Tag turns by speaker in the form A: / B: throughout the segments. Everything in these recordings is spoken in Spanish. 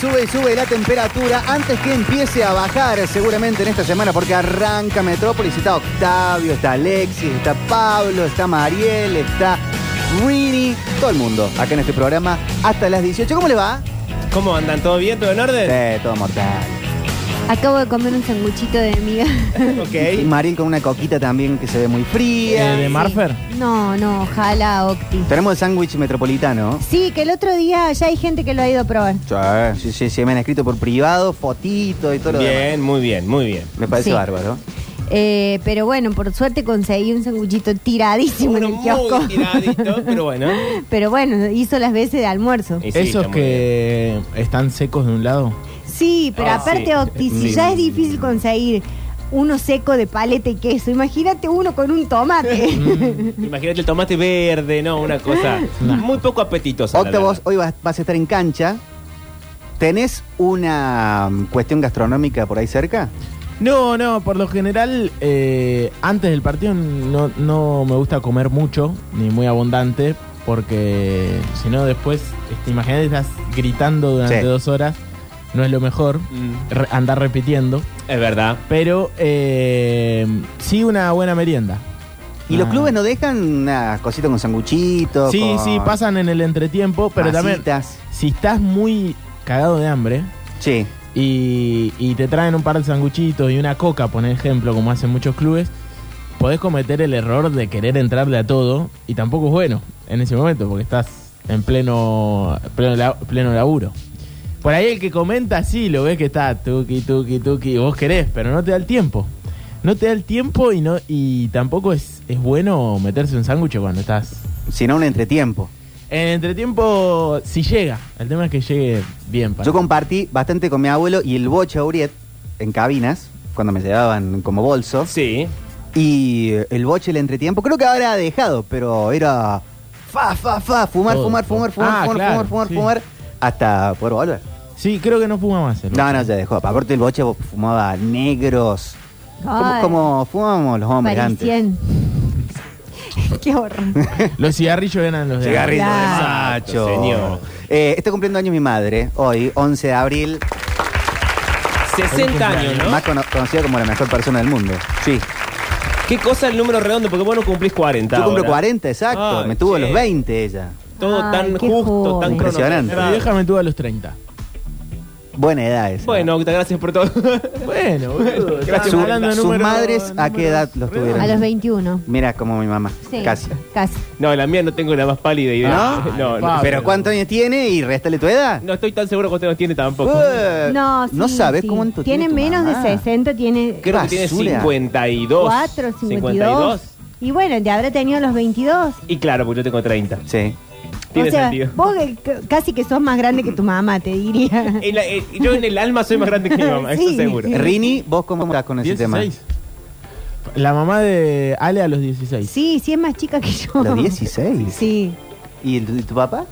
A: sube y sube la temperatura antes que empiece a bajar seguramente en esta semana porque arranca Metrópolis, está Octavio, está Alexis, está Pablo, está Mariel, está Rini, todo el mundo acá en este programa hasta las 18. ¿Cómo le va?
B: ¿Cómo andan? ¿Todo bien? ¿Todo en orden?
A: Sí, todo mortal.
C: Acabo de comer un sanguchito de miga.
A: Y
B: Ok.
A: Mariel con una coquita también que se ve muy
D: Eh,
A: fría.
D: ¿De Marfer?
C: No, no, ojalá, Octi.
A: Tenemos el sándwich metropolitano.
C: Sí, que el otro día ya hay gente que lo ha ido a probar.
A: Sí, sí, sí, me han escrito por privado, fotito y todo lo demás.
B: Bien, muy bien, muy bien.
A: Me parece
C: Sí.
A: bárbaro.
C: Eh, pero bueno, por suerte conseguí un sanguchito tiradísimo
B: Uno
C: en el kiosco.
B: muy tiradito, pero bueno.
C: Pero bueno, hizo las veces de almuerzo.
B: Y sí,
D: ¿Esos
B: está muy
D: que están secos de un lado?
C: Sí, pero
B: Ah,
C: aparte,
B: sí.
C: Octi, si
D: Sí.
C: ya es difícil conseguir uno seco de paleta y queso, imagínate uno con un tomate.
B: bien. Imagínate el tomate verde, ¿no? Una cosa muy poco apetitosa. la
A: Octavos,
B: verdad.
A: hoy vas, vas a estar en cancha. ¿Tenés una mm, cuestión gastronómica por ahí cerca?
D: No, no, por lo general, eh, antes del partido no, no me gusta comer mucho, ni muy abundante, porque si no después, este, imagínate, estás gritando durante
A: Sí.
D: dos horas, no es lo mejor,
B: Mm,
D: re- andar repitiendo,
B: Es verdad.
D: pero eh, sí una buena merienda.
A: ¿Y los
D: Ah.
A: clubes no dejan unas cositas con sanguchitos?
D: Sí,
A: con
D: sí, pasan en el entretiempo, pero también
A: masitas?
D: si estás muy cagado de hambre
A: Sí.
D: y, y te traen un par de sanguchitos y una coca, por ejemplo, como hacen muchos clubes, podés cometer el error de querer entrarle a todo y tampoco es bueno en ese momento porque estás en pleno, pleno, la- pleno laburo. Por ahí el que comenta, sí, lo ves que está tuki, tuki, tuki, y vos querés, pero no te da el tiempo. No te da el tiempo y no y tampoco es, es bueno meterse un sándwich cuando estás
A: Si no, un entretiempo.
D: en el entretiempo, si llega. El tema es que llegue bien. para-
A: Yo compartí bastante con mi abuelo y el Bocha Uriet en cabinas, cuando me llevaban como bolso.
B: Sí.
A: Y eh, el boche el entretiempo, creo que ahora ha dejado, pero era fa, fa, fa, fumar,
D: Todo,
A: fumar,
D: todo.
A: fumar, fumar,
D: Ah,
A: fumar,
D: claro,
A: fumar, fumar,
D: sí.
A: fumar, hasta poder volver.
D: Sí, creo que no fuma más. el
A: No, no, ya dejó. Aparte el boche fumaba negros. Como,
C: Ay.
A: como fumábamos los hombres antes.
C: Parisien. Qué horror.
D: Los cigarrillos eran los de
A: Cigarrillo de
C: Claro.
A: macho.
B: Señor.
A: Eh, está cumpliendo años mi madre, hoy, 11 de abril.
B: 60 años, ¿no?
A: Más cono- conocida como la mejor persona del mundo. Sí.
B: ¿Qué cosa el número redondo? Porque vos no cumplís 40.
A: Yo cumplo
B: ahora.
A: 40, exacto.
B: Ay,
A: Me tuvo a los
B: che.
A: 20 ella.
B: Todo
C: Ay,
B: tan
C: qué
B: justo, tan
C: joven.
A: Impresionante.
D: Mi
B: cronómetro.
D: vieja me tuvo a los 30.
A: Buena edad esa.
B: Bueno, Octa, gracias por todo.
D: Bueno, boludo.
A: Su- sus madres, ¿a qué edad los tuvieron?
C: A los 21.
A: Mira como mi mamá.
C: Sí,
A: Casi.
C: Casi.
B: No, la mía no tengo la más pálida idea.
D: ¿No?
B: No, no,
D: Ah,
A: Pero
D: pero-
A: ¿cuántos años tiene y réstale tu edad?
B: no estoy tan seguro que usted no tiene tampoco.
A: Eh,
C: No, sí,
A: no sabes
C: sí.
A: cómo cuánto
C: tiene.
A: tu
C: menos
A: mamá.
C: de 60, tiene
B: Creo que tiene
A: basura.
B: 52.
C: 4, 52.
B: 52.
C: Y bueno, te habrá tenido los 22.
B: Y claro, porque yo tengo 30.
A: Sí.
B: Tiene
C: o sea,
B: sentido.
C: vos eh, c- casi que sos más grande que tu mamá, te diría.
B: En la- eh, yo en el alma soy más grande que mi mamá,
C: Sí,
B: eso seguro.
C: sí.
A: Rini, ¿vos cómo estás con ese tema?
D: 16. La mamá de Ale a los 16.
C: Sí, sí es más chica que yo.
A: Los 16.
C: Sí.
A: ¿Y tu, y tu papá?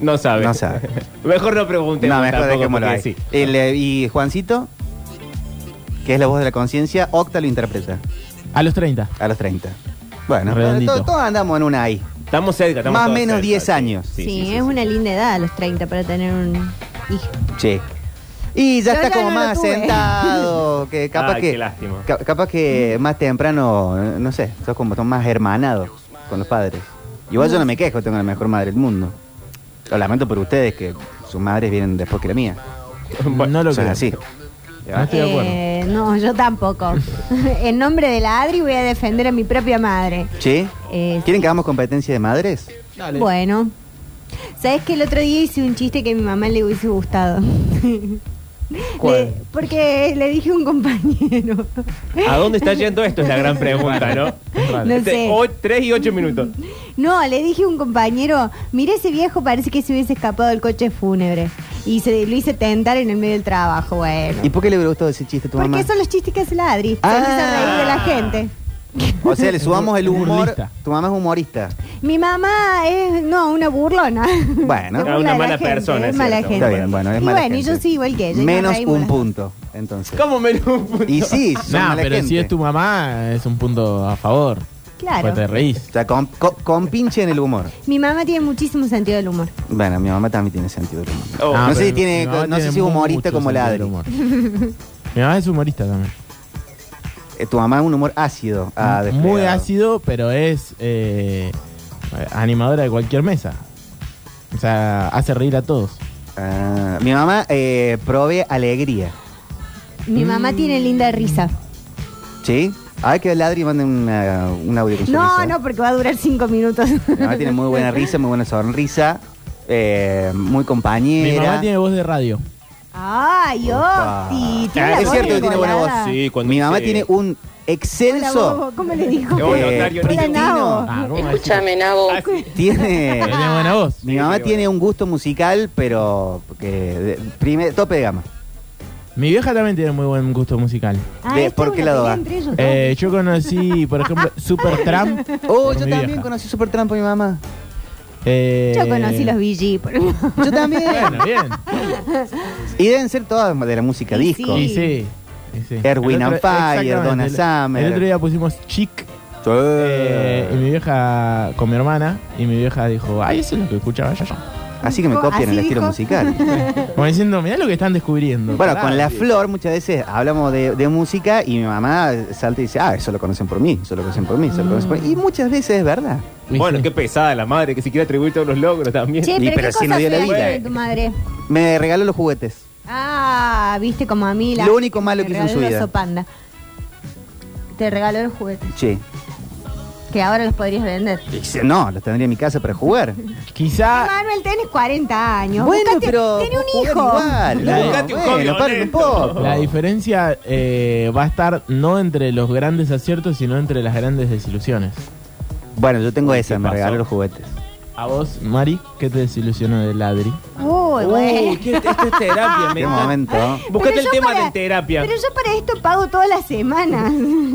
B: No sabe.
A: No sabe.
B: Mejor no pregunten.
A: no, mejor dejémoslo ahí.
B: Sí.
A: El, eh, ¿Y Juancito? Que es la voz de la conciencia. Octa lo interpreta
D: A los 30.
A: a los 30. Bueno,
D: Redondito.
A: todos, todos andamos en una ahí.
B: Estamos cerca, estamos
A: Más
B: todos
A: menos
B: cerca,
A: 10
B: sí.
A: años.
C: Sí, es una linda edad a los 30 para tener un hijo.
A: Sí. Y ya
C: Yo
A: está
C: ya
A: como
C: no lo
A: más
C: tuve.
A: sentado, que capaz
B: Ay,
A: que...
B: qué lástima.
A: ca- capaz que más temprano, eh, no sé, sos como sos más hermanado con los padres. Igual yo no me quejo, tengo la mejor madre del mundo. Lo lamento por ustedes que sus madres vienen después que la mía.
D: no lo
A: Eso es
D: creo.
A: así.
D: No estoy de acuerdo.
C: Eh, no, yo tampoco. en nombre de la Adri voy a defender a mi propia madre.
A: ¿Sí?
C: Eh,
A: ¿Quieren que hagamos competencia de madres?
C: Bueno. ¿Sabes que el otro día hice un chiste que a mi mamá le hubiese gustado? Le- porque le dije a un compañero.
A: Ah.
B: ¿A dónde está yendo esto? Es la gran pregunta, ¿no?
C: No
B: Este,
C: sé.
B: hoy, 3 y 8 minutos.
C: No, le dije a un compañero, mire ese viejo, parece que se hubiese escapado del coche fúnebre. Y se, lo hice tentar en el medio del trabajo, bueno.
A: ¿Y por qué le hubiera gustado ese chiste a tu
C: Porque
A: mamá?
C: son los chistes que hace la Adri. Se
A: Ah.
C: empieza a reír de la gente.
A: O sea, le subamos el
D: Es
A: humor.
D: burlista.
A: Tu mamá es humorista.
C: Mi mamá es, no, una burlona.
A: Bueno.
C: Se
B: Una
C: burla de la
B: mala
C: gente,
B: persona,
C: Es
B: es
C: mala
B: cierto.
C: gente.
A: Está bien, bueno, es
C: y
A: mala
C: bueno, y
A: gente.
C: yo soy igual que ella. y nos
A: Menos
C: reímos
A: un
C: las-
A: punto, entonces.
B: ¿Cómo menos un punto?
A: Y sí, son
D: No,
A: mala
D: pero si
A: gente.
D: es tu mamá, es un punto a favor.
C: Claro.
D: Pues te reís.
A: O sea, con, co- con pinche en el humor.
C: Mi mamá tiene muchísimo sentido del humor.
A: Bueno, mi mamá también tiene sentido del humor.
B: Oh.
A: no sé
D: pero
A: si tiene-
D: mi mamá
A: no sé
D: tiene
A: si es humorista
D: mucho
A: como
D: sentido
A: Ladri.
D: del humor. Mi mamá es humorista también.
A: Eh, tu mamá es un humor ácido. ah,
D: Muy
A: desplegado.
D: ácido, pero es eh, animadora de cualquier mesa. O sea, hace reír a todos.
A: Ah, mi mamá eh, provee alegría.
C: Mi mamá
A: Mm.
C: tiene linda risa.
A: ¿Sí? A ver que Ladri mande una, un audio con su
C: No,
A: risa.
C: no, porque va a durar cinco minutos.
A: Mi mamá tiene muy buena risa, muy buena sonrisa. eh, muy
D: Mi
A: compañera.
D: mamá tiene voz de radio.
C: Ay,
A: Opa. Ah,
C: Octi. Tiene la
A: Es
C: voz
A: cierto que tiene
B: buena voz.
C: engolada.
B: Sí, cuando
A: Mi mamá
B: dice-
A: tiene un
C: Hola,
A: excelso. eh,
C: bobo, ¿Cómo le dijo?
B: Qué bueno, Dario,
C: Hola,
A: Pristino.
C: Nabo.
D: Ah, ¿cómo va a decir?
E: Escúchame, Nabo.
A: Tiene. Ah.
D: Tiene buena voz.
A: Mi mamá tiene un gusto musical, pero que de- primer, tope de gama.
D: Mi vieja también tiene muy buen gusto musical.
C: Ah,
A: De-
C: esto
A: Eh, ¿por
C: es
A: qué
C: una
A: lado
C: pelea
A: va?
C: entre ellos dos.
D: Eh, yo conocí, por ejemplo, Supertramp.
A: Oh,
D: por
A: yo
D: mi
A: también
D: vieja.
A: conocí Supertramp a mi mamá.
D: Eh,
C: Yo conocí los BG. por-
A: Yo también.
D: Bueno, bien.
A: y deben ser todas de la música
C: Y
A: disco.
D: Y
C: Sí.
D: sí. y sí.
A: Erwin
D: El
A: and
D: otro-
A: Fire,
D: exactamente,
A: Donna
D: el-
A: Summer.
D: El otro día pusimos Chic
A: Sí.
D: eh, y mi vieja con mi hermana y mi vieja dijo, ay, eso es lo que escuchaba yo.
A: Así que me
C: Así
A: copian el estilo
C: dijo.
A: musical.
D: Como diciendo, mirá lo que están descubriendo.
A: Bueno,
D: Pará.
A: con la flor muchas veces hablamos de, de música y mi mamá salta y dice, ah, eso lo conocen por mí, eso lo conocen por mí, eso lo conocen por mí. Y muchas veces es verdad.
D: Y
B: Bueno,
D: sí.
B: qué pesada la madre que si quiere atribuir todos los logros también.
C: Che,
A: Y
C: pero,
A: pero
C: qué
A: si no
C: cosa
A: dio la
C: fea
A: vida,
C: tiene
A: eh.
C: tu madre.
A: Me regaló los juguetes.
C: Ah, viste como a mí la.
A: Lo único malo que hizo en su
C: regaló
A: vida.
C: oso panda. Te regaló los juguetes.
A: Che.
C: Que ahora los podrías vender.
A: Y dice, no, los tendría en mi casa para jugar.
D: Quizá
C: Manuel, tenés 40 años.
A: Ah. bueno,
C: Buscate-
A: pero.
C: Tenés un
A: jugar
C: hijo.
A: Igual.
D: La-
B: Buscate un hobby
A: bueno, paren un
B: honesto.
A: poco.
D: la diferencia eh, va a estar no entre los grandes aciertos, sino entre las grandes desilusiones.
A: Bueno, yo tengo esa,
B: ¿Qué
A: me
B: pasó?
A: regaló los juguetes.
D: A vos, Mari, ¿qué te desilusionó de Ladri?
C: Uy, güey.
B: Uy, Uh, qué- esta es terapia, me
A: Qué
B: encanta.
A: momento.
B: Buscate
C: Pero
B: el
C: yo
B: tema
C: para-
B: de terapia.
C: Pero yo para esto pago todas las semanas.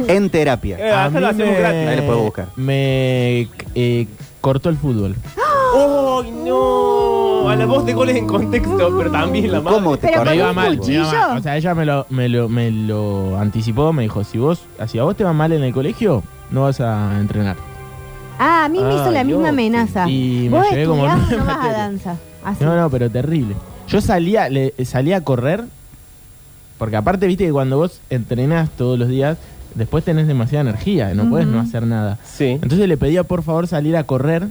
A: En terapia.
B: Eh, acá lo hacemos gratis.
A: Ahí lo puedo buscar.
D: me eh, cortó el fútbol.
B: ¡Ay, no! A la voz de goles en contexto, pero también la madre.
A: ¿Cómo te
C: Pero
D: Me
A: corrió?
C: con
D: iba
C: un
D: mal, me iba
C: cuchillo?
D: mal. O sea, ella me lo, me, lo, me lo anticipó, me dijo, si vos, si a vos te va mal en el colegio, no vas a entrenar.
C: Ah, a mí me hizo
B: Ay,
C: la misma
B: Dios.
C: amenaza.
D: Y me
C: Vos
D: llevé como
C: estudiás o
D: nueve
C: no vas a
D: materias.
C: danza. Así.
D: No, no, pero terrible. Yo salía, le, salía a correr, porque aparte, viste que cuando vos entrenás todos los días, después tenés demasiada energía, no podés no hacer nada.
B: Sí.
D: Entonces le pedía por favor salir a correr,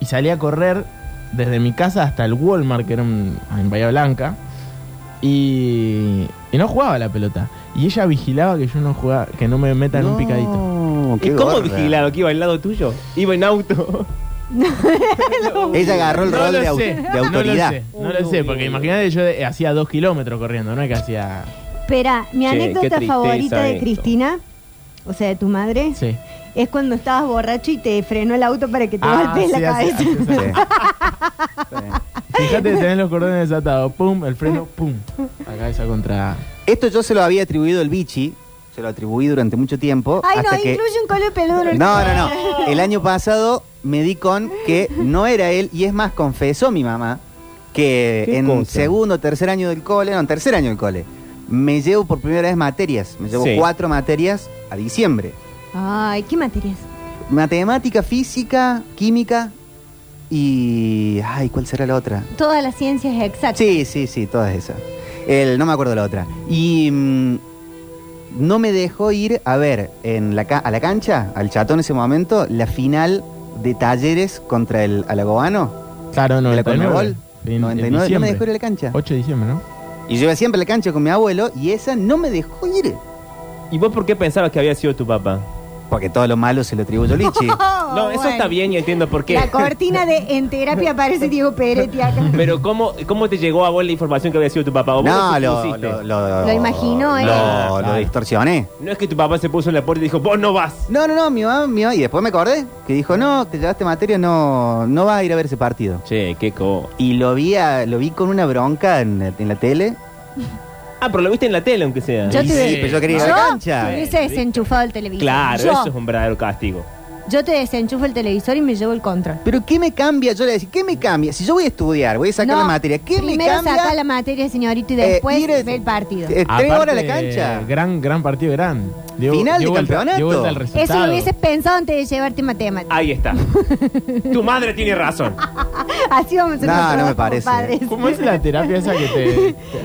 D: y salí a correr desde mi casa hasta el Walmart, que era un- en Bahía Blanca, y, y no jugaba la pelota. Y ella vigilaba que yo no jugaba, que no me metan un picadito.
A: No,
B: ¿Y
A: qué
B: cómo
A: gorda.
B: vigilaba que iba al lado tuyo? Iba en auto.
A: Ella agarró el
D: No
A: rol
D: lo
A: de, au- de
D: sé, no lo
A: autoridad.
D: sé, No lo sé, porque imagínate, yo eh, hacía dos kilómetros corriendo, no es que hacía...
C: Espera, mi
B: Che, qué
C: anécdota
B: tristeza
C: favorita de
B: esto.
C: Cristina, o sea, de tu madre,
D: Sí.
C: es cuando estabas borracho y te frenó el auto para que te golpees la
D: sí, así,
C: cabeza.
D: así, así. Fíjate que tenés los cordones desatados. Pum, el freno, pum. La cabeza contra.
A: Esto yo se lo había atribuido el bichi, se lo atribuí durante mucho tiempo.
C: Ay, no,
A: hasta que...
C: incluye un color peludo. en el-
A: No, no, no. El año pasado me di con que no era él y es más, confesó mi mamá que
B: ¿Qué
A: en
B: cosa?
A: segundo, tercer año del cole, no, en tercer año del cole, me llevo por primera vez materias. Me llevo
B: Sí.
A: cuatro materias a diciembre.
C: Ay, ¿qué materias?
A: Matemática, física, química y... Ay, ¿cuál será la otra?
C: Todas las ciencias exactas.
A: Sí, sí, sí, todas esas. El, no me acuerdo la otra. Y mm, no me dejó ir a ver en la ca- a la cancha, al chatón en ese momento, la final de Talleres contra el Alagoano.
D: Claro,
A: de la
D: 99.
A: Conmebol.
D: En- en
A: 99. No me dejó ir a
D: diciembre.
A: la cancha.
D: 8 de diciembre, ¿no?
A: Y yo iba siempre a la cancha con mi abuelo y esa no me dejó ir.
B: ¿Y vos por qué pensabas que había sido tu papá?
A: Porque todo lo malo se lo atribuyo a Lichi.
C: Oh,
B: no, eso
C: bueno.
B: está bien y entiendo por qué.
C: La cortina de En Terapia aparece Diego Peretti acá.
B: Pero ¿cómo, ¿cómo te llegó a vos la información que había sido tu papá? ¿O vos
A: No, lo,
B: supusiste?
A: lo, lo,
C: Lo imaginó, ¿eh?
A: Lo, lo
B: Claro.
A: distorsioné.
B: No es que tu papá se puso en la puerta y dijo, vos no vas.
A: No, no, no, mi mamá, mi mamá. Y después me acordé que dijo, no, te llevaste materia, no, no vas a ir a ver ese partido.
B: Che, qué co...
A: Y lo vi, a- lo vi con una bronca en, la- en la tele.
B: Ah, pero lo viste en la tele, aunque sea.
C: Yo
A: Y
C: te-
A: sí, pero yo quería ir a la
C: Yo
A: cancha.
C: te hubiese desenchufado el televisor.
B: Claro,
C: Yo-
B: eso es un verdadero castigo.
C: Yo te desenchufo el televisor y me llevo el control.
A: Pero ¿qué me cambia? Yo le decía, ¿qué me cambia? Si yo voy a estudiar, voy a sacar
C: No,
A: la materia, ¿qué me
C: primero
A: cambia?
C: saca la materia, señorito, y
A: eh,
C: después
A: ir a-
C: ve el partido.
A: eh, tres
D: Aparte,
A: horas a la cancha.
D: Gran, gran partido, gran. Dio-
A: Final
D: dio
A: de
D: vuelta-
A: campeonato.
D: dio vuelta al
C: Eso
D: resultado.
C: lo hubieses pensado antes de llevarte matemáticas.
B: Ahí está. tu madre tiene razón.
C: Así vamos a
A: Ah. No,
C: nosotros
A: no me
C: como
A: parece.
C: padres.
D: ¿Cómo es la terapia esa que te...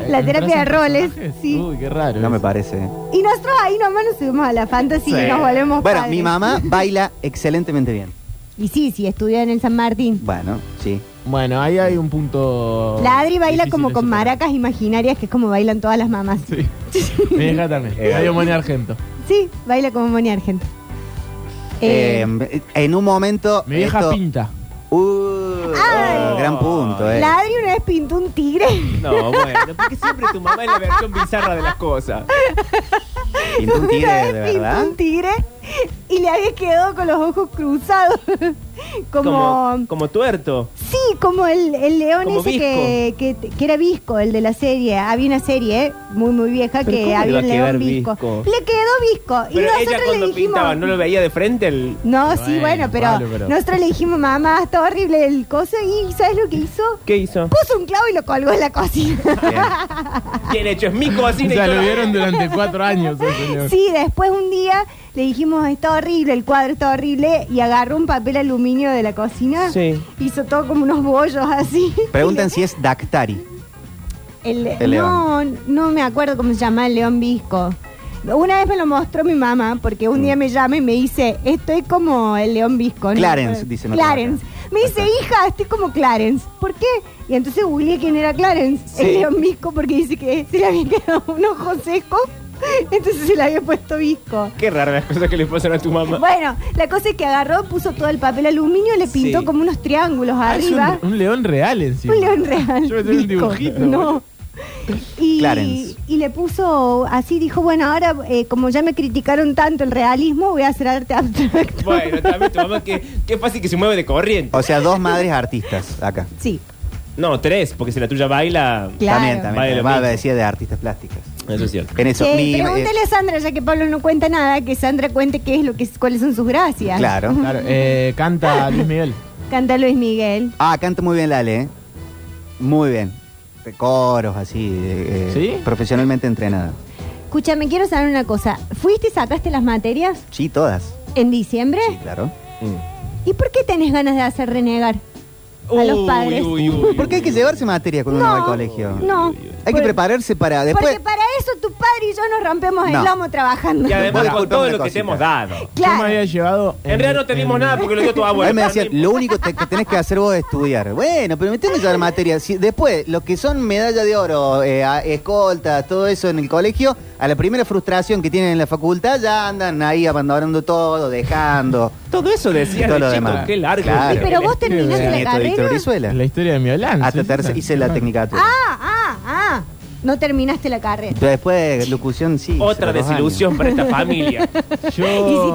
D: te-
C: La terapia de
D: entras en
C: roles,
D: personajes?
C: sí.
D: Uy, qué raro.
A: No me
D: eso.
A: parece.
C: Y nosotros ahí nomás nos subimos a la fantasía y
B: Sí.
C: nos volvemos
A: Bueno,
C: padres.
A: mi mamá baila excelentemente bien.
C: Y sí, sí, estudió en el San Martín.
A: Bueno, sí.
D: Bueno, ahí hay un punto...
C: La Adri baila
D: Oh, difícil
C: como
D: de
C: con
D: superar.
C: maracas imaginarias, que es como bailan todas las mamás. Sí,
D: Mi hija también.
B: Eh,
D: Radio Moni Argento.
C: baila como Moni Argento. Eh,
A: Eh, en un momento.
D: Mi vieja
A: esto-
D: pinta.
A: Uh,
C: Ay.
A: gran punto, eh.
C: la Adri una vez pintó un tigre.
B: No, bueno, porque siempre tu mamá es la versión bizarra de las cosas.
A: Pintó un tigre,
C: una vez
A: de
C: pintó
A: verdad.
C: un tigre y le había quedado con los ojos cruzados.
B: Como, como tuerto.
C: Sí, como el, el león
B: Como
C: ese
B: Visco.
C: que, que, que era Visco, el de la serie. Había una serie eh, muy, muy vieja
B: Pero ¿cómo
C: que
B: le va a
C: había un
B: quedar
C: león Visco.
B: Visco?
C: Le quedó Visco. y
B: Pero ella
C: nosotros le
B: cuando
C: dijimos...
B: pintaba no lo veía de frente el.
C: No, sí,
D: Bueno,
C: bueno, pero,
D: vale, pero-
C: nosotros le dijimos, mamá, está horrible el coso. ¿Y sabes lo que hizo?
B: ¿Qué hizo?
C: Puso un clavo y lo colgó en la cocina.
B: Bien hecho, es mi cocina.
D: O
B: y
D: sea,
B: yo
D: lo
B: la-
D: vieron durante cuatro años. el señor.
C: sí, después un día le dijimos, está horrible, el cuadro está horrible. Y agarró un papel aluminio de la cocina.
B: Sí.
C: Hizo todo como unos bollos así.
A: Preguntan si es Dactari.
C: El,
A: El
C: no, no me acuerdo cómo se llama el león visco. Una vez me lo mostró mi mamá, porque un día me llama y me dice, estoy como el león visco. ¿no?
A: Clarence, dice nuestra
C: Clarence.
A: marca.
C: Me dice, hija, estoy como Clarence. ¿Por qué? Y entonces googleé quién era Clarence, el
B: Sí.
C: león visco, porque dice que se le había quedado un ojo seco, entonces se le había puesto visco.
B: Qué rara las cosas que le pasan a tu mamá.
C: Bueno, la cosa es que agarró, puso todo el papel aluminio, le pintó
B: Sí.
C: como unos triángulos
D: Ah, es un,
C: arriba.
D: un león real encima.
C: Un león real.
D: Yo pensé en
C: Disco.
D: un dibujito.
C: No. Y,
A: Clarence.
C: y le puso así, dijo, bueno, ahora eh, como ya me criticaron tanto el realismo, voy a hacer arte abstracto.
B: Bueno, también tu mamá, qué, qué fácil que se mueve de corriente.
A: O sea, dos madres artistas acá.
C: Sí,
B: No, tres, porque si la tuya baila.
C: claro.
A: También,
B: Vale,
A: también. Mi
B: lo
A: Mamá
B: mismo.
A: decía de artistas plásticas.
B: Eso es cierto.
A: En eso.
C: Eh,
A: mi-
C: pregúntale a Sandra, ya que Pablo no cuenta nada, que Sandra cuente qué es lo que cuáles son sus
A: eh,
C: gracias.
A: claro.
D: Claro, eh, canta Luis Miguel.
C: Canta Luis Miguel.
A: Ah, canta muy bien Lale, ¿eh? Muy bien. De coros, así. eh, eh,
D: ¿Sí?
A: Profesionalmente entrenada.
C: Escúchame, quiero saber una cosa. ¿Fuiste y sacaste las materias
A: Sí, todas.
C: en diciembre?
A: Sí, claro.
C: ¿Y por qué tenés ganas de hacer renegar a los padres?
A: ¿Por qué hay que llevarse materia cuando uno va al colegio?
C: No.
A: Hay que
C: Por-
A: prepararse para después.
C: Porque para eso tu padre y yo nos rompemos el
A: No.
C: lomo trabajando.
B: Y
A: Bueno,
B: además con
A: disculpame
B: todo
A: una
B: lo que te
A: cosita.
B: hemos dado.
D: Yo me había
C: Claro.
D: llevado... eh,
B: En realidad no te dimos
D: en-
B: nada porque lo dio tu
A: Eh, A
B: abuelo.
A: mí me decían,
B: Pero no
A: lo único te- que tenés que hacer vos es estudiar. Bueno, pero me tengo que llevar materia. Si- después, los que son medalla de oro, eh, a- escoltas, todo eso en el colegio, a la primera frustración que tienen en la facultad ya andan ahí abandonando todo, dejando.
B: Todo eso decía
A: Todo
B: de
A: lo
B: chico,
A: demás.
B: qué largo.
A: Claro.
C: Sí, pero vos terminaste la
A: Nieto de Víctor
C: carrera.
A: Brizuela.
D: La historia de mi Holanda.
A: Hasta tercera hice la tecnicatura.
C: Ah, ah, ah. No terminaste la carrera.
A: Pero después, locución sí.
B: Otra
A: se los dos
B: desilusión para esta familia.
D: Yo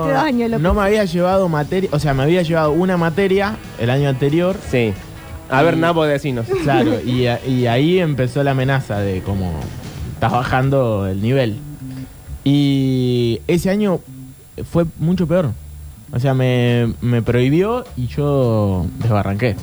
C: Hiciste daño, loco.
D: no me había llevado materia, o sea, me había llevado una materia el año anterior.
B: Sí. A ver, Napo, decinos.
D: Claro, y, a- y ahí empezó la amenaza de cómo estás bajando el nivel. Y ese año fue mucho peor. O sea, me, me prohibió y yo desbarranqué.
A: años.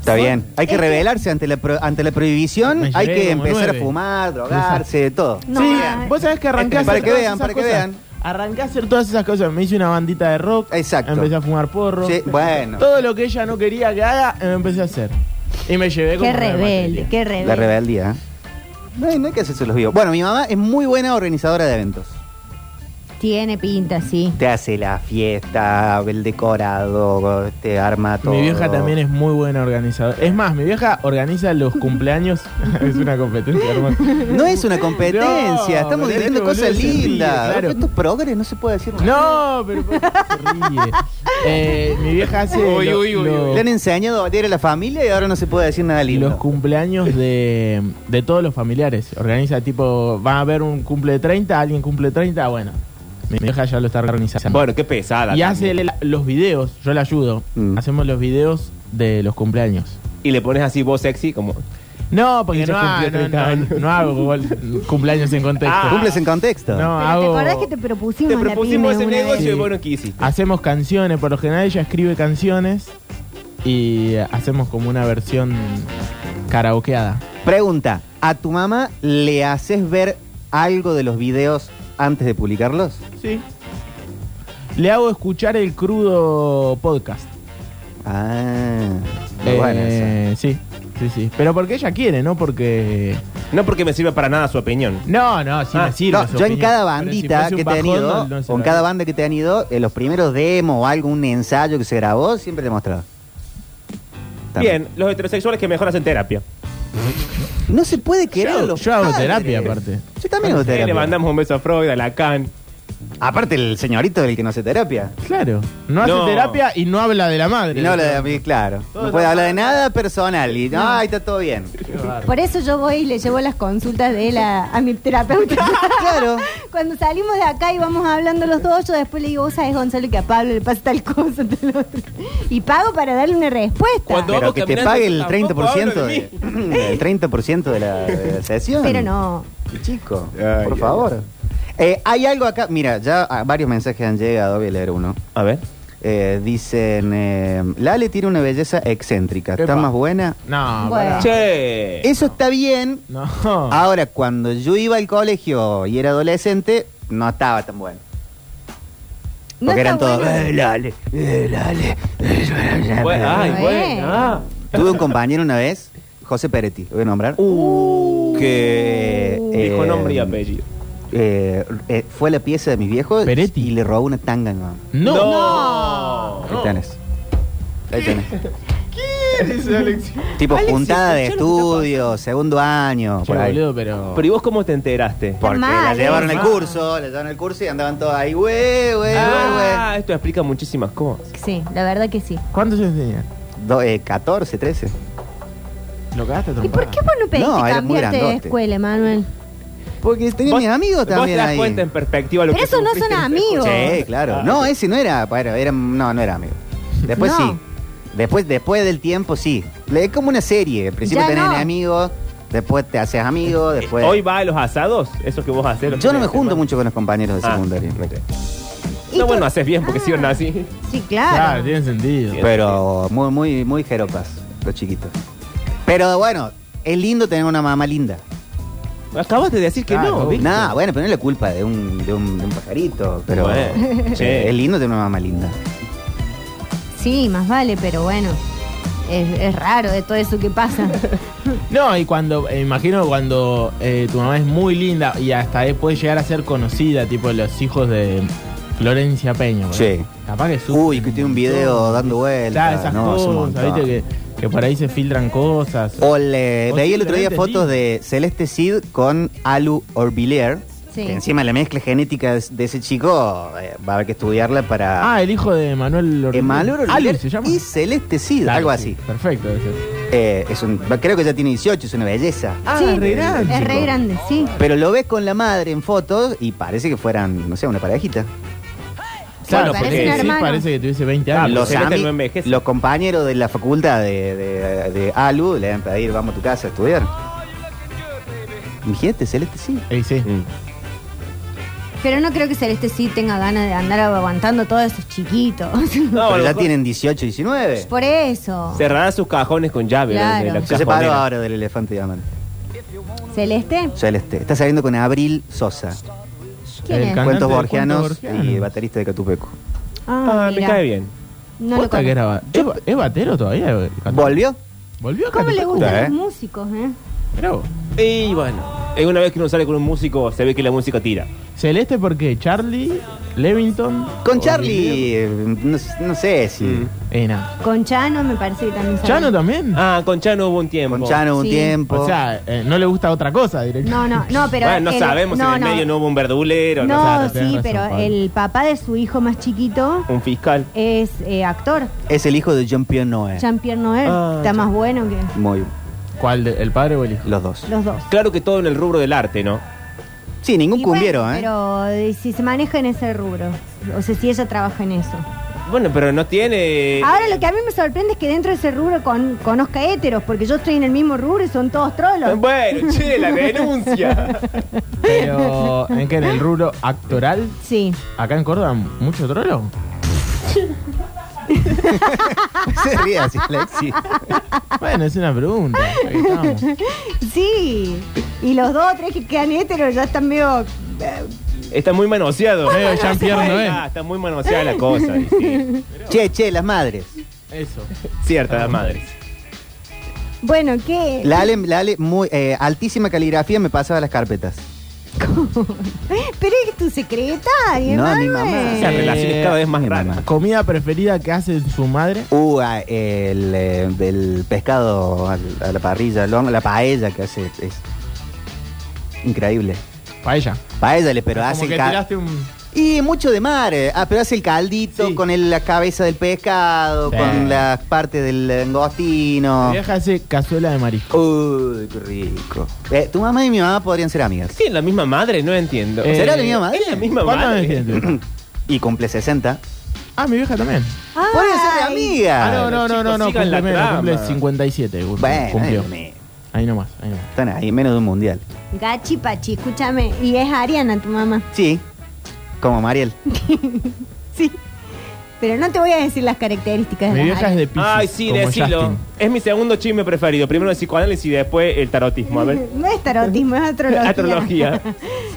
A: Está bien. Hay que
C: Es que-
A: rebelarse ante la, pro- ante la
D: Me
A: prohibición.
D: llevé
A: Hay que
D: como
A: empezar
D: nueve.
A: a fumar, drogarse, todo.
C: No,
D: sí,
C: ah,
D: vos sabés que arranqué a hacer
A: Para que
D: todas
A: vean,
D: esas
A: para que
D: cosas.
A: vean.
D: Arranqué a hacer todas esas cosas. Me hice una bandita de rock.
A: Exacto.
D: Empecé a fumar porro.
A: Sí, bueno.
D: Todo lo que ella no quería que haga, eh, empecé a hacer. Y me llevé como
C: qué
D: nueve
C: rebelde,
D: materias.
C: qué rebelde.
A: La rebeldía. No hay, no hay que hacerse los vivos. Bueno, mi mamá es muy buena organizadora de eventos.
C: Tiene pinta, sí.
A: Te hace la fiesta, el decorado, te arma todo.
D: Mi vieja también es muy buena organizadora. Es más, mi vieja organiza los cumpleaños. es una competencia, hermano.
A: No es una competencia,
D: No,
A: estamos
D: pero
A: diciendo
D: este
A: cosas
D: boludo se ríe,
A: lindas.
D: claro.
A: Estos progres no se puede decir nada.
D: No, pero ¿por qué se ríe? Eh, mi vieja hace
B: Uy,
D: lo-
B: uy, uy,
D: lo-
A: Le han enseñado a odiar a la familia y ahora no se puede decir nada lindo.
D: los cumpleaños de, de todos los familiares. Organiza tipo, van a haber un cumple de 30, alguien cumple 30, ah, bueno. Mi vieja ya lo está organizando.
B: Bueno, qué pesada.
D: y hace
B: también.
D: la- los videos, yo la ayudo.
A: Mm.
D: Hacemos los videos de los cumpleaños.
B: Y le pones así voz sexy como...
D: No, porque
B: Ella
D: no, ha-
B: cumplió
D: no,
B: 30
D: no-
B: años.
D: no hago gol- cumpleaños en contexto.
B: Ah.
A: Cumples en contexto.
D: No,
C: Pero
D: hago.
C: ¿Te acordás que te propusimos,
B: Te
C: la
B: propusimos
C: pyme
B: ese
C: una
B: negocio
C: vez?
B: y bueno, ¿qué hiciste?
D: Hacemos canciones, por lo general ella escribe canciones y hacemos como una versión karaokeada.
A: Pregunta, ¿a tu mamá le haces ver algo de los videos antes de publicarlos?
D: Sí. Le hago escuchar el crudo podcast.
A: Ah, muy
D: Eh,
A: buena esa.
D: sí, sí, sí. Pero porque ella quiere, ¿no? Porque...
B: No porque me sirva para nada su opinión.
D: No, no, sí
B: Ah,
D: me sirve
A: No,
D: su
A: yo en
D: opinión.
A: cada
D: Pero si
A: bandita
D: fuese un
A: que te han
D: bajón,
A: ido,
D: no- no se
A: con
D: la-
A: cada banda que te han ido, en los primeros demos o algún ensayo que se grabó, siempre te mostraba. También.
B: Bien, los heterosexuales que mejor hacen terapia.
A: No se puede querer
D: Yo
A: a
D: hago-
A: los
D: yo hago
A: padres.
D: terapia, aparte.
A: Yo también hago
B: Eh, Le
A: terapia.
B: mandamos un beso a Freud, a Lacan.
A: Aparte el señorito del que no hace terapia.
D: Claro. No hace
B: No.
D: terapia y no habla de la madre.
A: Y no habla de claro. No puede hablar de nada personal. Y no, ahí está todo bien.
C: Por eso yo voy y le llevo las consultas de él a, a mi terapeuta.
A: Claro.
C: Cuando salimos de acá y vamos hablando los dos, yo después le digo, vos sabés, Gonzalo, que a Pablo le pasa tal cosa, tal otra. Y pago para darle una respuesta.
B: Cuando-
A: Pero
B: vamos
A: que te
B: caminando,
A: pague el
B: tampoco
A: 30%
B: hablo de
A: de, el 30 de la, de la sesión.
C: Pero no.
A: Chico,
B: Ay,
A: por
B: ay,
A: favor. Eh, hay algo acá. Mira, ya ah, varios mensajes han llegado. Voy a leer uno.
B: A ver.
A: Eh, dicen, eh, Lale tiene una belleza excéntrica. ¿Está
D: Epa.
A: más buena?
D: No,
C: Bueno.
D: pará.
B: Che.
A: Eso está bien.
D: No.
A: Ahora, cuando yo iba al colegio y era adolescente, no estaba tan bueno.
C: No
A: Porque
C: está
A: eran todos,
C: bueno.
A: "Eh, Lale, eh, Lale. eh, Lale".
B: Bueno, ay,
C: Bueno.
B: bueno. ah.
A: Tuve un compañero una vez, José Peretti, lo voy a nombrar. Uh,
B: Uh.
A: que
B: Dijo
A: eh,
B: nombre y apellido.
A: eh, eh, fue a la pieza de mis viejos
D: Peretti.
A: y le robó una tanga a mi mamá.
D: No.
B: No.
A: Ahí tenés. Ahí tenés.
D: Dice Alexis.
A: tipo
B: Alexis,
A: juntada de
B: escuchá lo que está
A: estudio, segundo año,
D: Che,
A: por ahí.
D: boludo, pero...
B: Pero ¿y vos cómo te enteraste?
A: Porque la
C: Mal, ¿eh?
A: llevaron al
D: mal.
A: curso, la llevaron al curso y andaban todos ahí, güey, güey,
B: Ah, esto explica muchísimas cosas.
C: Sí, la verdad que sí.
D: ¿Cuántos años tenía?
A: güey. Do- eh, 14, 13.
D: Lo cagaste
C: ¿Y por qué vos no pediste
A: No, era muy
C: cambiarte de
A: grandote.
C: escuela, Manuel?
A: Porque tenía
B: Vos-
A: mis amigos
B: Vos te
A: también
B: das
A: ahí.
B: cuenta en perspectiva lo
C: Pero
B: que
C: esos no
B: sufriste
C: son
B: en ese
C: amigos.
B: curso.
A: Sí, claro.
B: Ah.
A: No, ese no era, bueno, era, no, no era amigo. Después
C: No.
A: sí. Después, después del tiempo sí. Le- Es como una serie. Al principio
C: Ya
A: tenés
C: no.
A: amigos, después te haces amigos, después.
B: Eh, Hoy va a los asados, eso que vos haces. los
A: Yo no me
B: fines de
A: junto
B: semana.
A: mucho con los compañeros de
B: Ah,
A: secundaria.
B: ok.
C: ¿Y
B: No,
C: tú-
B: bueno, haces bien porque
C: Ah.
B: si o así.
C: Sí, claro.
D: Claro, tiene sentido.
B: Bien.
A: Pero muy, muy, muy jeropas, los chiquitos. Pero bueno, es lindo tener una mamá linda.
B: Acabaste de decir que
D: Claro,
B: no, ¿viste?
A: Nada, bueno, pero no es la culpa de un, de un, de un pajarito. Pero
B: Bueno, che.
A: es lindo tener una mamá linda.
C: Sí, más vale, pero bueno. Es, es raro de todo eso que pasa.
D: No, y cuando, eh, imagino cuando eh, tu mamá es muy linda y hasta ahí puede llegar a ser conocida, tipo los hijos de Florencia Peña. ¿verdad?
A: Sí.
D: Capaz que sufre
A: Uy, que tiene un video dando
D: Ya,
A: vueltas.
D: esas
A: no, es un
D: cosas,
A: montón.
D: ¿viste? Que, que por ahí se filtran cosas.
A: O le,
D: O
A: veía el otro día
D: simplemente
A: fotos
D: lindo.
A: de Celeste Cid con Alu Orbilier.
C: Sí.
A: Que encima la mezcla genética de, de ese chico eh, va a haber que estudiarla para.
D: Ah, el hijo de Manuel Ortiz.
A: Emanuel Orbilier
D: se llama?
A: y Celeste Cid,
D: Claro,
A: algo
D: sí,
A: así.
D: Perfecto. ese.
A: Eh, es un, creo que ya tiene 18, es una belleza.
D: Ah,
C: sí,
D: re grande,
C: Es re
D: chico.
C: grande, sí.
A: Pero lo ves con la madre en fotos y parece que fueran, no sé, una parejita.
C: Claro,
D: porque
C: parece un
D: sí,
C: hermano.
D: parece que tuviese 20
B: Ah,
D: años.
A: Los,
B: Celeste
A: ami-
B: no envejece.
A: los compañeros de la facultad de, de- de Alu le van a pedir, vamos a tu casa a estudiar. Imagínate, Celeste Cid.
D: Eh, sí.
B: Mm.
C: Pero no creo que Celeste sí tenga ganas de andar aguantando todos esos chiquitos.
B: No, a
A: Pero
B: lo
A: ya
B: mejor
A: tienen 18, 19.
C: Por eso.
B: Cerrará sus cajones con llave.
C: Claro.
B: ¿no? De la
A: Se separó
B: cajonera.
A: ahora del elefante diamante.
C: ¿Celeste?
A: Celeste. Está saliendo con Abril Sosa.
C: ¿Quién es?
D: El cantante
A: Cuentos
D: de
A: borgianos,
D: Cuentos Borgianos.
A: y baterista de Catupeco.
B: Ah, me
C: mira.
B: cae bien.
C: No lo
D: Posta que
C: conozco.
D: era ba- ¿Es, ba- es batero todavía? el cantante?
A: ¿Volvió?
D: ¿Volvió a
C: ¿Cómo le
D: Catupecu?
C: gustan
A: Eh.
C: los músicos, eh?
D: Mirá vos.
B: Y bueno, es una vez que uno sale con un músico, se ve que la música tira.
D: Celeste porque Charlie, Levington.
A: Con
D: o Guillermo.
A: Charlie, eh, no, no sé si.
B: Mm.
D: Eh, nada.
C: Con Chano me parece que también sabe.
D: Chano también.
B: Ah, con Chano hubo un tiempo.
A: Con Chano un
C: Sí.
A: tiempo.
D: O sea, eh, no le gusta otra cosa
C: No,
D: directamente.
C: no, no, pero...
B: bueno, no
C: el-
B: sabemos, en el medio no hubo un verdulero,
C: No,
B: no,
D: claro, tenés
C: sí,
D: razón,
C: pero
D: Pablo.
C: el papá de su hijo más chiquito
B: un fiscal.
C: es eh, actor.
A: es el hijo de Jean-Pierre Noé.
C: Jean-Pierre Noël.
B: Ah,
C: Está
B: ya.
C: más bueno que
A: Muy,
D: ¿Cuál? de- ¿El padre o el hijo?
A: los dos.
C: los dos.
B: Claro que todo en el rubro del arte, ¿no?
A: Sí, ningún
C: Y
A: cumbiero,
C: bueno,
A: ¿eh?
C: Pero eh, si se maneja en ese rubro. O sea, si ella trabaja en eso.
B: Bueno, pero no
A: Eh.
B: tiene.
C: Ahora lo que a mí me sorprende es que dentro de ese rubro con- conozca héteros, porque yo estoy en el mismo rubro y son todos trolos.
B: Eh, Bueno, che, la denuncia.
D: Pero, ¿en qué? ¿En el rubro actoral?
C: Sí.
D: ¿Acá en Córdoba mucho trolo?
A: Se ríe así, Lexi.
D: Bueno, es una pregunta. Ahí estamos.
C: Sí. Y los dos o tres que quedan héteros ya están medio eh,
B: Está muy manoseado.
D: Medio Jean-Pierre Noé.
B: Ah, está muy manoseada la cosa. y sí.
A: Che, che, las madres.
D: Eso.
B: Cierta, las madres.
C: Bueno, ¿qué?
A: La Ale, la Ale muy, eh, altísima caligrafía me pasaba las carpetas.
C: Pero es tu secretaria,
A: No, mi
C: Manuel.
A: mamá.
B: Esa relación es cada vez más
A: mi
B: rara.
A: mamá.
D: Comida preferida que hace su madre.
A: Uh, ah, el, eh, el pescado al- a la parrilla, al horno, la paella que hace. Es increíble.
D: Paella.
A: Paella, le- pero
D: Ah, Como
A: hace
D: que
A: el ca-
D: tiraste un...
A: Y mucho de mar, eh, ah, pero hace el caldito
D: Sí.
A: con el- la cabeza del pescado,
D: Sí.
A: con la parte del langostino.
D: Mi vieja hace cazuela de marisco.
A: Uy, qué rico. Eh, tu mamá y mi mamá podrían ser amigas.
B: ¿Tienen la misma madre? No entiendo.
D: Eh,
A: ¿Será la misma madre?
B: ¿Es la misma
D: ¿Cuántos años
B: madre?
D: tiene tu-
A: Y cumple 60.
D: Ah, mi vieja también.
C: Ay.
A: Podrían ser amigas.
D: Ah, no, no, no,
B: chicos,
D: no, no,
B: sigan la
D: cumple, menos,
B: trama.
D: cumple 57. cumple-
A: Bueno,
D: cumplió.
A: eh,
D: Ahí nomás, ahí nomás.
A: están ahí, menos de un mundial.
C: Gachi Pachi, escúchame. Y es Ariana tu mamá.
A: Sí, como Mariel.
C: Sí. Pero no te voy a decir las características
D: Mi
C: de
D: vieja es de Pisces.
B: Ay, sí,
D: como
B: decilo.
D: Justin.
B: Es mi segundo chisme preferido. Primero el psicoanálisis y después el tarotismo. A ver.
C: No es tarotismo, es astrología.
B: Astrología.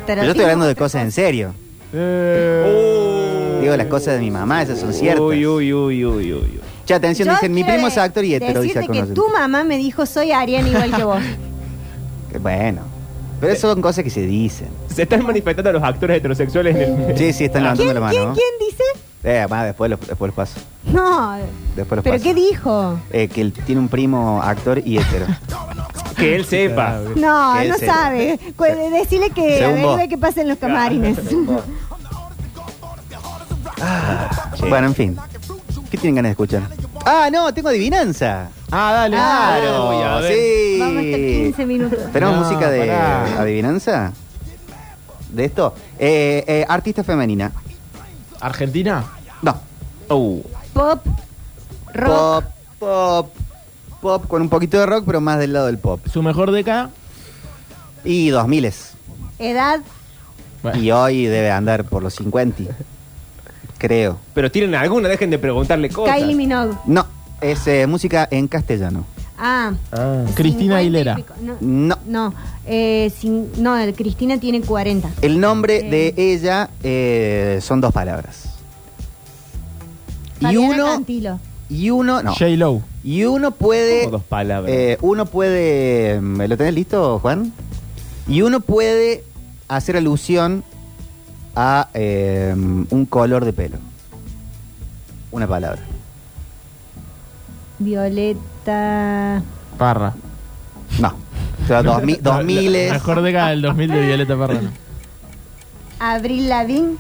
A: Pero yo estoy hablando de cosas en serio.
B: Uh.
A: Digo las cosas de mi mamá, esas son ciertas.
B: Uy, uy, uy, uy, uy.
A: Ya, atención,
C: Yo
A: dicen, mi
C: quiero
A: primo es actor y hetero. dice
C: decirte
A: acá uno.
C: que tu mamá me dijo, soy Ariana igual que vos.
A: Bueno, pero eso son cosas que se dicen.
B: Se están manifestando los actores heterosexuales en el.
A: Sí, sí, están levantando
C: ¿Quién,
A: la
C: quién,
A: mano.
C: quién dice?
A: Eh, más después los después los paso.
C: No.
A: Después los
C: ¿Pero
A: paso.
C: qué dijo?
A: Eh, que él tiene un primo actor y hetero.
B: Que él sepa.
C: No,
A: ¿Qué
C: no
A: es eso?
C: sabe. Cu- Decirle que
A: Según vos.
C: averigüe qué pasa en los camarines.
A: Bueno, en fin. ¿Qué tienen ganas de escuchar? Ah, no, tengo adivinanza.
D: Ah, dale.
A: Claro,
B: voy a ver.
A: sí.
C: Vamos hasta 15 minutos.
A: ¿Tenemos
D: No,
A: música de
D: pará.
A: adivinanza? ¿De esto? Eh, eh, artista femenina.
D: Argentina.
A: No.
B: Uh.
C: Pop, rock,
A: Pop, pop, pop, con un poquito de rock, pero más del lado del pop.
D: Su mejor década.
A: Y 2000
C: edad.
D: Bueno.
A: Y hoy debe andar por los 50. Creo.
B: Pero tienen alguna, dejen de preguntarle cosas.
C: Kylie Minogue.
A: No, es eh, música en castellano.
C: Ah.
D: Cristina
C: 50 y
D: Aguilera.
C: pico. No.
A: No.
C: No, eh, sin- no, el Cristina tiene 40.
A: El nombre de ella eh, son dos palabras. Y
C: Fabiana
A: uno,
C: Cantilo.
A: y uno, no.
D: J. Low.
A: Y uno puede,
B: Como dos palabras.
A: eh, uno puede, ¿me ¿lo tenés listo, Juan? Y uno puede hacer alusión a eh, un color de pelo. Una palabra.
C: Violeta.
D: Parra.
A: No. O sea, dos, mi- dos
D: La-
A: miles.
D: la Mejor década del 2000 de Violeta Parra. no.
C: Abril Lavín.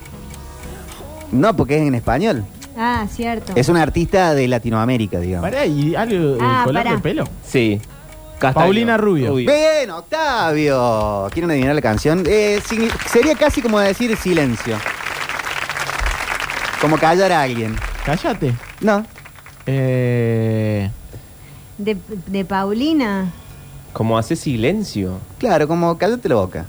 A: No, porque es en español.
C: Ah, cierto.
A: Es una artista de Latinoamérica, digamos.
D: Pará, y algo el
C: Ah,
D: color
C: pará.
D: de pelo.
B: Sí. Castaño.
D: Paulina Rubio.
A: Bien, Octavio. ¿Quieren adivinar la canción? Eh, signi- sería casi como decir silencio. Como callar a alguien.
D: Cállate.
A: No.
D: Eh,
C: De, de Paulina.
B: Como hace silencio.
A: Claro, como cállate la boca.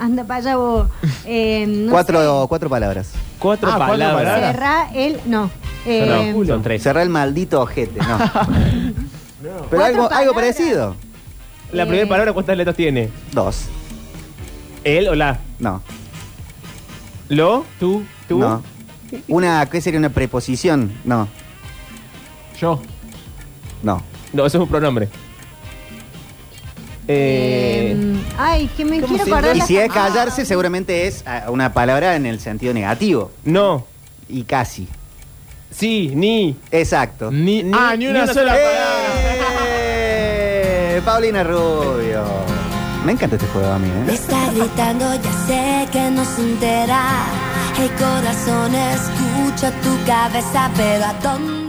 C: Anda para allá vos. Eh, no
A: cuatro, cuatro palabras.
B: Cuatro
D: Ah, cuatro
B: palabras.
C: sé.
D: palabras.
C: Cerrá el. No.
B: No,
C: Eh,
B: no, son tres.
A: Cerrar el maldito ojete. No. Pero
C: Cuatro
A: algo, algo
C: palabras.
A: parecido.
B: La primera palabra, ¿cuántas letras tiene?
A: Dos.
B: ¿El o la?
A: No.
B: ¿Lo? ¿Tú? ¿Tú?
A: No. Una, ¿qué sería? Una preposición. No.
D: yo.
A: No.
B: No, eso es un pronombre. Eh,
D: Em.
C: eh, ay, que me
B: ¿Cómo
C: quiero
B: se
C: acordar.
A: Y
C: la
A: si es
C: llamada.
A: callarse, seguramente es ah, una palabra en el sentido negativo.
B: No.
A: Y casi.
B: Sí, ni.
A: Exacto.
D: Ni,
B: Ni-
D: ah, ni una, sola palabra.
A: ¡Eh! Paulina Rubio. Me encanta este juego a mí,
E: Me
A: ¿eh?
E: está gritando, ya sé que no se entera. Hey corazón, escucha tu cabeza, pero ¿a dónde?